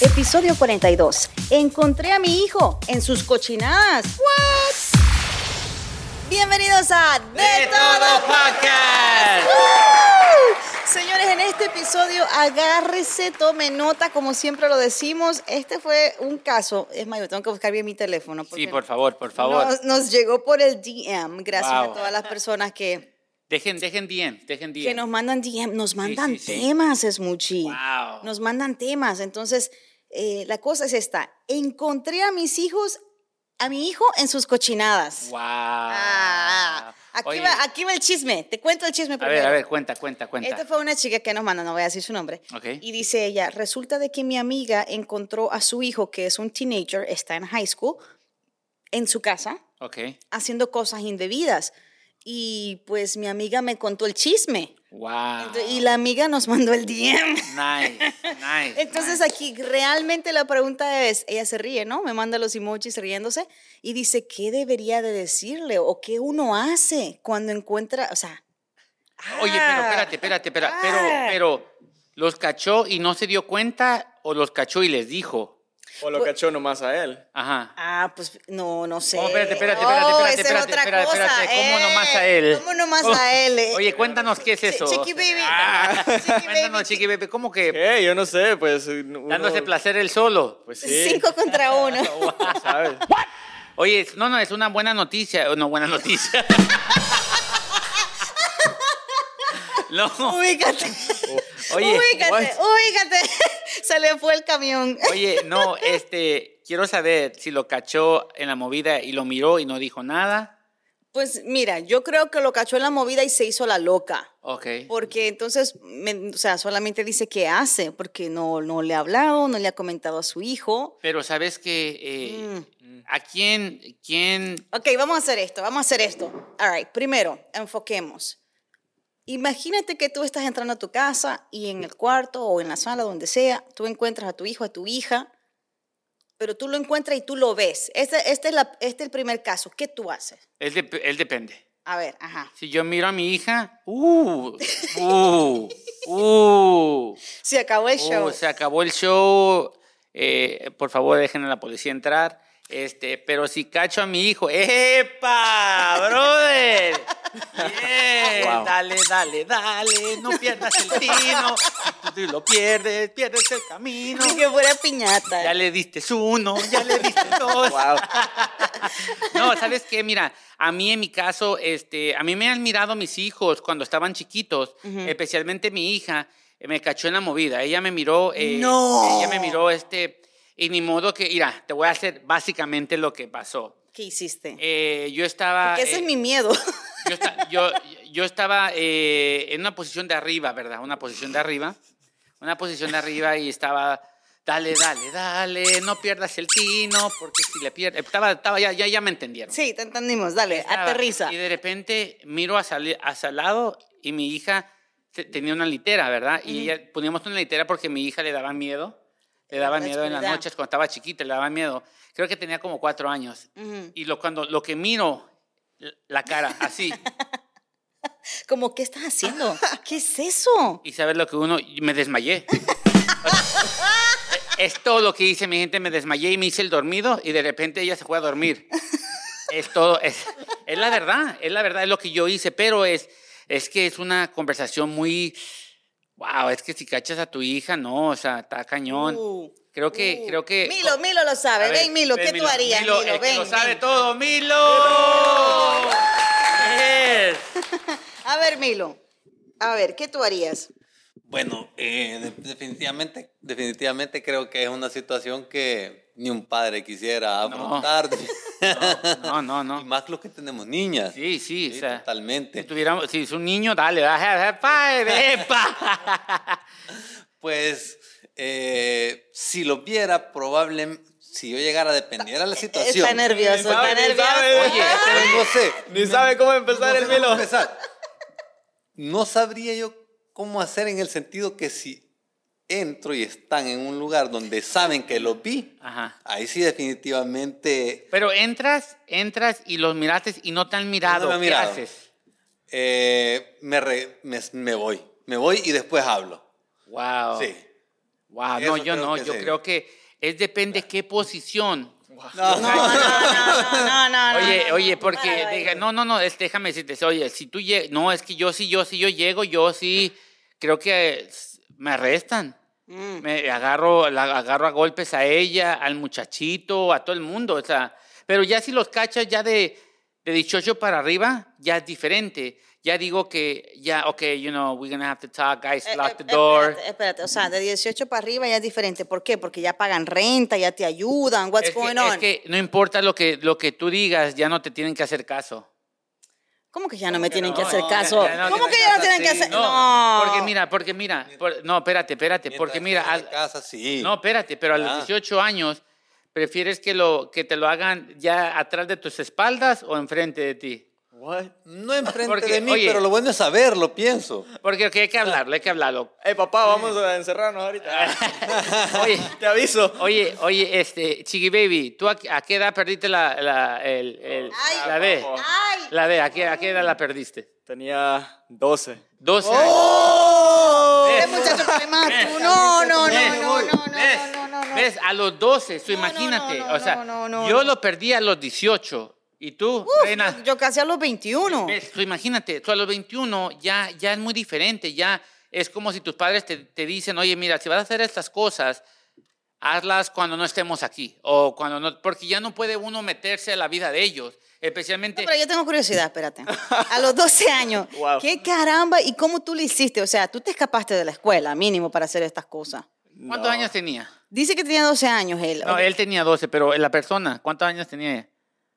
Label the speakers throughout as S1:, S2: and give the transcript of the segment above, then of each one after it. S1: Episodio 42. Encontré a mi hijo en sus cochinadas. ¿What? Bienvenidos a De, Todo
S2: Podcast.
S1: ¡Woo! Señores, en este episodio agárrese, tome nota, como siempre lo decimos. Este fue un caso, es más, yo tengo que buscar bien mi teléfono.
S2: Sí,
S1: porque
S2: por favor, por favor.
S1: Nos, nos llegó por el DM, gracias
S2: Wow.
S1: a todas las personas que,
S2: Dejen, dejen bien, dejen bien.
S1: que nos mandan DM, nos mandan
S2: sí, sí.
S1: temas, es muchi.
S2: Wow.
S1: Nos mandan temas, entonces eh, la cosa es esta, encontré a mis hijos, a mi hijo en sus cochinadas.
S2: Wow.
S1: Ah, aquí,
S2: Oye,
S1: va, aquí va el chisme, te cuento el chisme
S2: a
S1: primero.
S2: ver, a ver, cuenta, cuenta, cuenta.
S1: Esta fue una chica que nos mandó, no voy a decir su nombre.
S2: Ok.
S1: Y dice ella, resulta de que mi amiga encontró a su hijo, que es un teenager, está en high school, en su casa,
S2: Ok.
S1: haciendo cosas indebidas. Y pues mi amiga me contó el chisme.
S2: Wow.
S1: Ento- Y la amiga nos mandó el DM.
S2: Nice, nice.
S1: Entonces
S2: nice.
S1: aquí realmente la pregunta es, ella se ríe, ¿no? Me manda los emojis riéndose y dice, ¿qué debería de decirle o qué uno hace cuando encuentra, o sea...
S2: Oye, pero
S1: ah,
S2: espérate, espérate, espérate.
S1: Ah.
S2: Pero, pero, ¿los cachó y no se dio cuenta o los cachó y les dijo?
S3: O lo
S1: Pues-
S3: cachó nomás a él.
S2: Ajá.
S1: Ah, pues no, no sé.
S2: Oh, espérate, espérate, espérate,
S1: Oh,
S2: espérate,
S1: esa era
S2: espérate,
S1: otra
S2: espérate,
S1: cosa. Eh,
S2: espérate. ¿Cómo nomás a él?
S1: ¿Cómo nomás
S2: Oh,
S1: a él? eh?
S2: Oye, cuéntanos qué es
S1: Chi-
S2: eso.
S1: Chiqui baby.
S2: Ah.
S1: Chiqui baby,
S2: Cuéntanos,
S1: chiqui-
S2: chiqui baby, ¿cómo que
S4: eh,
S3: ¿Qué? Yo no sé, pues. uno-
S2: dándose placer el solo?
S3: Pues sí.
S1: Cinco contra uno.
S3: ¿Sabes?
S2: Oye, es- no, no, es una buena noticia. No, buena noticia. No,
S1: Ubícate.
S2: Oye,
S1: ubícate,
S2: what?
S1: ubícate. Se le fue el camión.
S2: oye, no, este, quiero saber si lo cachó en la movida y lo miró y no dijo nada.
S1: Pues mira, yo creo que lo cachó en la movida y se hizo la loca.
S2: Ok.
S1: Porque entonces, me- o sea, solamente dice qué hace, porque no, no le ha hablado, no le ha comentado a su hijo.
S2: Pero sabes que a quién, quién,
S1: Ok, vamos a hacer esto, vamos a hacer esto. All right, primero, enfoquemos. Imagínate que tú estás entrando a tu casa y en el cuarto o en la sala, donde sea, tú encuentras a tu hijo, a tu hija, pero tú lo encuentras y tú lo ves. Este, este es, la- este es el primer caso. ¿Qué tú haces?
S2: él, dep- él depende.
S1: A ver, ajá.
S2: Si yo miro a mi hija, uh, uh, uh.
S1: Se acabó el
S2: Oh,
S1: show.
S2: se acabó el show. Eh, por favor, dejen a la policía entrar. Este, pero si cacho a mi hijo, ¡epa, brother! Bien,
S3: Wow.
S2: Dale, dale, dale, no pierdas el tino. Si tú lo pierdes, pierdes el camino.
S1: Ni que fuera piñata.
S2: Ya le diste uno, ya le diste dos.
S3: Wow.
S2: No, ¿sabes qué? Mira, a mí en mi caso, este, a mí me han mirado mis hijos cuando estaban chiquitos, especialmente mi hija, eh, me cachó en la movida. Ella me miró. eh,
S1: ¡No!
S2: Ella me miró, este, y ni modo que, mira, te voy a hacer básicamente lo que pasó.
S1: ¿Qué hiciste?
S2: Eh, yo estaba.
S1: Porque ese
S2: eh,
S1: es mi miedo.
S2: yo, esta- yo- yo estaba eh, en una posición de arriba, ¿verdad? Una posición de arriba. Una posición de arriba y estaba, dale, dale, dale, no pierdas el tino, porque si le pierdes... Estaba, estaba ya, ya, ya me entendieron.
S1: Sí, te entendimos. Dale,
S2: Estaba.
S1: aterriza.
S2: Y de repente miro hacia, el- hacia el lado y mi hija te- tenía una litera, ¿verdad? Y ella, poníamos una litera porque mi hija le daba miedo. Le daba
S1: La
S2: miedo en las
S1: oscuridad.
S2: noches cuando estaba chiquita, le daba miedo. Creo que tenía como cuatro años.
S1: Ujú.
S2: Y lo, cuando, lo que miro, l- la cara, así.
S1: Como, ¿qué estás haciendo? ¿Qué es eso?
S2: Y sabes lo que uno, y me desmayé. es todo lo que hice, mi gente, me desmayé y me hice el dormido y de repente ella se fue a dormir. Es todo, es, es la verdad, es la verdad, es lo que yo hice, pero es, es que es una conversación muy, wow, es que si cachas a tu hija, no, o sea, está cañón.
S1: Uh,
S2: creo que,
S1: uh.
S2: creo que...
S1: Milo, Milo lo
S2: A
S1: sabe.
S2: ver,
S1: ven, Milo,
S2: ven,
S1: ¿qué tú harías, Milo?
S2: el que
S1: ven,
S2: lo sabe
S1: ven.
S2: todo, Milo. Yes.
S1: A ver, Milo. A ver, ¿qué tú harías?
S4: Bueno, eh, de- definitivamente, definitivamente creo que es una situación que ni un padre quisiera
S2: No.
S4: afrontar.
S2: No, no, no.
S4: Y más los que tenemos niñas.
S2: Sí, sí, o sea, Si
S4: totalmente.
S2: tuviéramos, si es un niño, dale, dale, epa, epa.
S4: Pues eh, si lo viera, probablemente, si yo llegara, dependiera la situación.
S1: Está nervioso, está
S3: sabe, ni
S1: nervioso.
S3: sabe.
S4: Oye, pero no sé.
S3: Ni sabe cómo empezar
S4: no
S3: el
S4: sé cómo
S3: Milo.
S4: empezar. No sabría yo cómo hacer en el sentido que si entro y están en un lugar donde saben que los vi,
S2: Ajá.
S4: ahí sí definitivamente
S2: Pero entras, entras y los miraste y no te han mirado.
S4: me han
S2: ¿Qué
S4: mirado.
S2: haces?
S4: eh, me, re- me, me voy. Me voy y después hablo.
S1: Ah.
S2: Wow.
S4: Sí.
S2: Wow,
S4: Eso
S2: no, yo
S4: creo
S2: no,
S4: que
S2: yo
S4: sí. Ah.
S2: creo que es depende qué posición.
S1: No, no, no, no, Ah, no, no,
S2: Oye,
S1: no,
S2: oye,
S1: no,
S2: porque
S1: para, eh. para.
S2: deja- no, no, no, es- déjame decirte, oye, si tú llegas, no, es que yo sí, yo sí, yo llego, yo sí, creo que eh, s- me arrestan,
S1: Mm.
S2: me agarro, la agarro a golpes a ella, al muchachito, a todo el mundo, o sea, pero ya si los cachas ya de, de 18 para arriba, ya es diferente, ya digo que, ya, ok, you know, we're gonna have to talk, guys,
S1: Eh, eh,
S2: lock the door.
S1: Espérate, espérate, o sea, de 18 para arriba ya es diferente. ¿Por qué? Porque ya pagan renta, ya te ayudan. What's
S2: es,
S1: going
S2: que, es
S1: on?
S2: que no importa lo que, lo que tú digas, ya no te tienen que hacer caso.
S1: ¿Cómo que ya no me tienen que
S2: no,
S1: hacer
S2: ya-
S1: caso?
S2: ya no
S1: ¿Cómo
S2: tienen
S1: que ya no
S4: caso,
S1: tienen que
S4: sí,
S1: hacer? No.
S2: No, porque mira, porque mira, por- no, espérate, espérate, porque mira,
S4: Mientras estés en
S2: al-
S4: casa, sí.
S2: no, espérate, pero a
S4: Ah.
S2: los 18 años prefieres que lo que te lo hagan ya atrás de tus espaldas o enfrente de ti.
S3: What?
S4: No enfrente
S2: Porque,
S4: de mí,
S2: oye-
S4: pero lo bueno es saberlo, pienso.
S2: Porque ok, hay que hablarlo, hay que hablarlo.
S3: Hey, papá, vamos a encerrarnos
S4: Ah.
S3: ahorita.
S2: Oye,
S3: Te aviso.
S2: oye, oye, este, Chiqui Baby, ¿tú a, a qué edad perdiste la, la, el- el-
S1: Ay,
S2: la D?
S1: ay.
S2: La D, ¿a qué, ¿a qué edad la perdiste?
S3: Tenía 12.
S2: 12
S1: Oh, Este
S2: años.
S1: muchacho trae más tú. No, no, no,
S2: ¿Ves?
S1: no, no, no,
S2: ¿Ves?
S1: no, no, no.
S2: ¿Ves? A los 12,
S1: No,
S2: so
S1: no,
S2: imagínate.
S1: no, no,
S2: o sea,
S1: no, no, no,
S2: yo
S1: no.
S2: lo perdí a los 18. ¿Y tú,
S1: Uf,
S2: Reina?
S1: Yo casi a los 21.
S2: ¿Ves? So, imagínate, so, a los 21 ya, ya es muy diferente. Ya es como si tus padres te, te dicen, oye, mira, si vas a hacer estas cosas, hazlas cuando no estemos aquí. O cuando no, porque ya no puede uno meterse a la vida de ellos. Especialmente.
S1: No, pero yo tengo curiosidad, espérate. A los 12 años,
S3: Wow.
S1: ¿qué caramba y cómo tú lo hiciste? O sea, tú te escapaste de la escuela, mínimo, para hacer estas cosas.
S2: ¿Cuántos
S3: No.
S2: años tenía?
S1: Dice que tenía 12 años él.
S2: No, él tenía 12, pero la persona, ¿cuántos años tenía ella?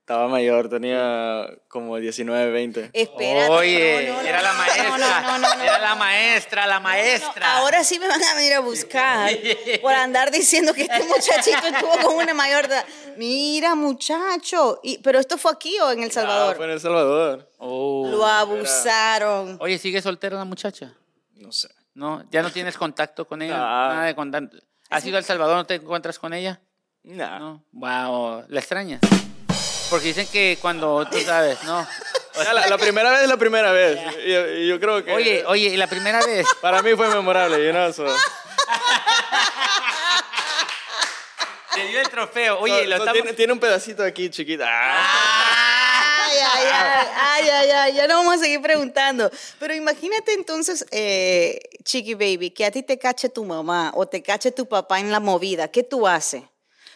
S3: Estaba mayor, tenía como 19, 20.
S1: Espérate.
S2: Oye,
S1: no, no, no,
S2: era la
S1: no,
S2: maestra.
S1: No, no, no, no,
S2: era
S1: no,
S2: la
S1: no.
S2: maestra, la
S1: No,
S2: maestra.
S1: ahora sí me van a venir a buscar por andar diciendo que este muchachito estuvo con una mayor de edad. Mira, muchacho. Y, ¿Pero esto fue aquí o en El
S3: Ah, fue
S1: Salvador?
S3: en El Salvador.
S2: Oh.
S1: Lo abusaron.
S2: Oye, ¿sigue soltera la muchacha?
S3: No sé.
S2: No, ya no tienes contacto con ella.
S3: No.
S2: Nada de contacto. ¿Has ido a El Salvador? ¿No te encuentras con ella?
S3: Nah.
S2: No. Wow, la extrañas. Porque dicen que cuando tú sabes, no.
S3: Ya, la, la primera vez es la primera vez. Y, y yo creo que.
S2: Oye, oye, y la primera vez.
S3: Para mí fue memorable, you know, so-
S2: Te dio el trofeo.
S3: so- so tiene, tiene un pedacito aquí, Ah. chiquita.
S2: Ah.
S1: Ay, ay, ay, ay, ay, ay, ya no vamos a seguir preguntando. Pero imagínate entonces, eh, Chiqui Baby, que a ti te cache tu mamá o te cache tu papá en la movida. ¿Qué tú haces?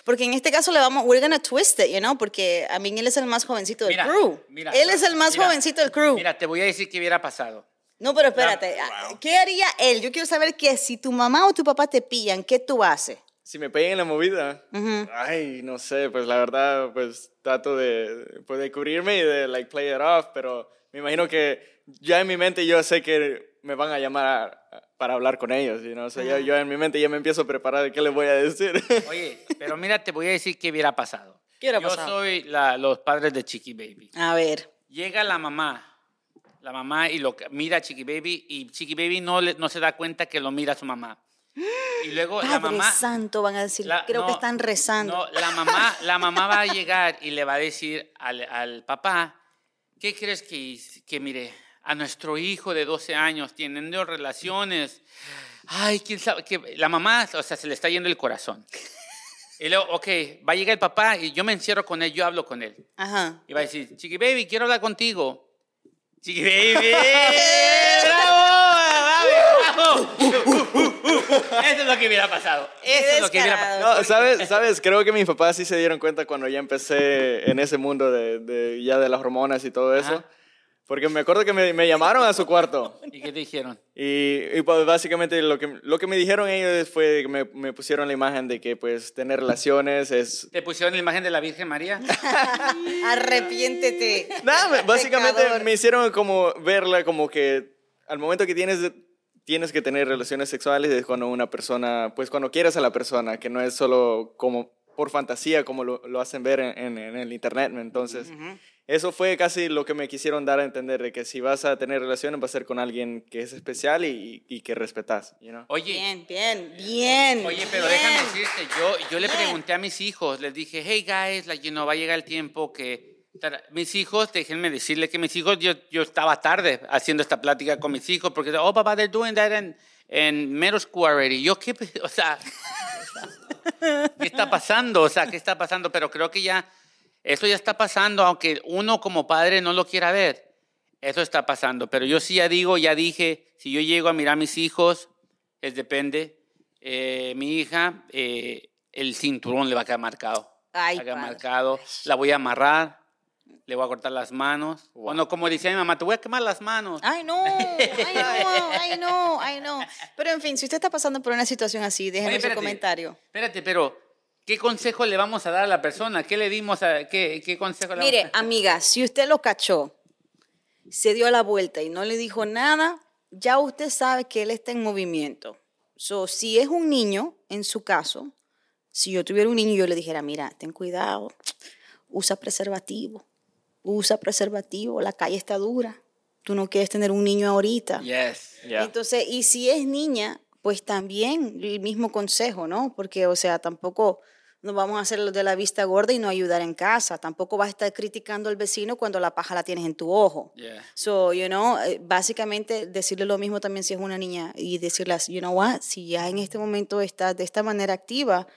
S1: Porque en este caso le vamos, we're gonna twist it, you know, porque a mí él es el más jovencito del crew. él es el más
S2: mira,
S1: jovencito del crew.
S2: Mira, te voy a decir qué hubiera pasado.
S1: no, pero espérate, ah, ¿qué haría él? Yo quiero saber que si tu mamá o tu papá te pillan, ¿qué tú haces?
S3: Si me peguen en la movida.
S1: Ujú.
S3: Ay, no sé, pues la verdad, pues trato de, pues, de cubrirme y de, like, play it off, pero me imagino que ya en mi mente yo sé que me van a llamar a- para hablar con ellos, you know, o sea, yo, yo en mi mente ya me empiezo a preparar de qué les voy a decir.
S2: Oye, pero mira, te voy a decir qué hubiera pasado.
S1: ¿Qué hubiera
S2: Yo
S1: pasado?
S2: soy la- los padres de Chiqui Baby.
S1: A ver.
S2: Llega la mamá, la mamá y lo ca- mira a Chiqui Baby y Chiqui Baby no, le- no se da cuenta que lo mira su mamá. Y luego la
S1: Padre
S2: mamá...
S1: santo, van a decir,
S2: la-
S1: creo que
S2: no,
S1: están rezando.
S2: No, la mamá, la mamá va a llegar y le va a decir al, al papá, ¿qué crees que, hice? que mire? A nuestro hijo de 12 años teniendo relaciones. Ay, quién sabe, que la mamá, o sea, se le está yendo el corazón. Y luego, ok, va a llegar el papá y yo me encierro con él, yo hablo con él.
S1: Ajá.
S2: Y va a decir, Chiqui Baby, quiero hablar contigo. Chiqui Baby, bravo, bravo, bravo. Eso es lo que hubiera pasado. Eso es lo que hubiera
S1: descarado.
S2: pasado.
S3: No, ¿sabes? ¿sabes? Creo que mis papás sí se dieron cuenta cuando ya empecé en ese mundo de, de- ya de las hormonas y todo eso.
S2: Ajá.
S3: Porque me acuerdo que me, me llamaron a su cuarto.
S2: ¿Y qué te dijeron?
S3: Y, y, pues básicamente lo que, lo que me dijeron ellos fue que me, me pusieron la imagen de que pues tener relaciones es...
S2: ¿Te pusieron la imagen de la Virgen María?
S1: Arrepiéntete.
S3: Nada, me- básicamente
S1: Pecador.
S3: me hicieron como verla como que al momento que tienes, tienes que tener relaciones sexuales es cuando una persona, pues cuando quieres a la persona, que no es solo como por fantasía como lo, lo hacen ver en, en- en el internet. ¿no? Entonces, eso fue casi lo que me quisieron dar a entender, de que si vas a tener relaciones va a ser con alguien que es especial y, y- y que respetas, you know?
S2: Oye,
S1: Bien, bien, bien.
S2: oye, pero
S1: bien.
S2: déjame decirte, yo, yo le
S1: Bien.
S2: pregunté a mis hijos, les dije, hey guys, like, you know, va a llegar el tiempo que... tar- Mis hijos, déjenme decirles que mis hijos, yo, yo estaba tarde haciendo esta plática con mis hijos porque, oh papá, they're doing that in, en Metal Square y yo qué, pe- o sea, ¿qué está pasando? O sea, ¿qué está pasando? Pero creo que ya, eso ya está pasando, aunque uno como padre no lo quiera ver, eso está pasando. Pero yo sí ya digo, ya dije, si yo llego a mirar a mis hijos, es depende. Eh, mi hija, eh, el cinturón le va a quedar marcado.
S1: Ay,
S2: va a quedar
S1: padre.
S2: marcado. La voy a amarrar, le voy a cortar las manos.
S3: Wow.
S2: Bueno, como decía mi mamá, te voy a quemar las manos.
S1: Ay, no, ay, no, ay, no, ay, no. Pero en fin, si usted está pasando por una situación así, déjenos su
S2: espérate.
S1: comentario.
S2: Espérate, pero ¿qué consejo le vamos a dar a la persona? ¿Qué le dimos a qué, qué consejo le
S1: Mire,
S2: vamos a
S1: amiga, si usted lo cachó, se dio la vuelta y no le dijo nada, ya usted sabe que él está en movimiento. So, si es un niño, en su caso, si yo tuviera un niño, yo le dijera, mira, ten cuidado, usa preservativo, usa preservativo, la calle está dura, tú no quieres tener un niño ahorita.
S2: Yes.
S3: Ya.
S1: Entonces, y si es niña, pues también el mismo consejo, ¿no? Porque, o sea, tampoco nos vamos a hacer los de la vista gorda y no ayudar en casa. Tampoco vas a estar criticando al vecino cuando la paja la tienes en tu ojo.
S2: Yeah.
S1: So, you know, eh, básicamente decirle lo mismo también si es una niña y decirles, you know what, si ya en este momento estás de esta manera activa,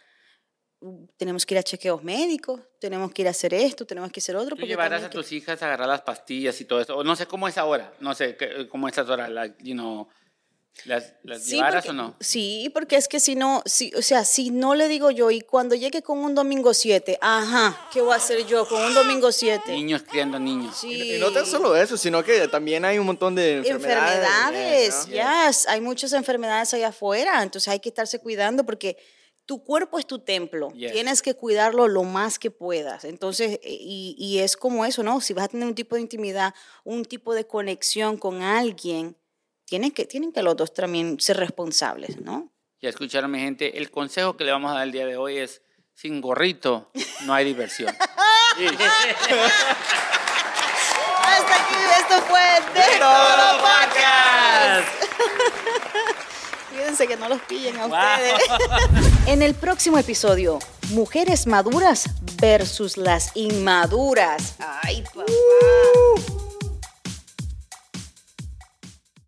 S1: mm, tenemos que ir a chequeos médicos, tenemos que ir a hacer esto, tenemos que hacer otro.
S2: Tú
S1: porque
S2: llevarás
S1: también
S2: a
S1: que-
S2: tus hijas a agarrar las pastillas y todo eso. O no sé cómo es ahora. No sé qué- cómo es ahora. La, you know, ¿Las, las llevarás
S1: porque-
S2: o no?
S1: Sí, porque es que si no, si, o sea, si no le digo yo y cuando llegue con un domingo 7, ajá, ¿qué voy a hacer yo con un domingo 7?
S2: Niños criando niños.
S1: Sí.
S3: Y no tan solo eso, sino que también hay un montón de enfermedades.
S1: Enfermedades,
S3: ¿no?
S1: yes, hay muchas enfermedades allá afuera, entonces hay que estarse cuidando porque tu cuerpo es tu templo,
S2: Yes.
S1: tienes que cuidarlo lo más que puedas, entonces, eh, y, y es como eso, ¿no? Si vas a tener un tipo de intimidad, un tipo de conexión con alguien, tienen que, tienen que los dos también ser responsables, ¿no?
S2: Ya escucharon, mi gente. El consejo que le vamos a dar el día de hoy es: sin gorrito no hay diversión.
S1: Hasta aquí, esto fue De Todo Podcast. Cuídense que no los pillen a ustedes. en el próximo episodio, mujeres maduras versus las inmaduras. Ay, papá.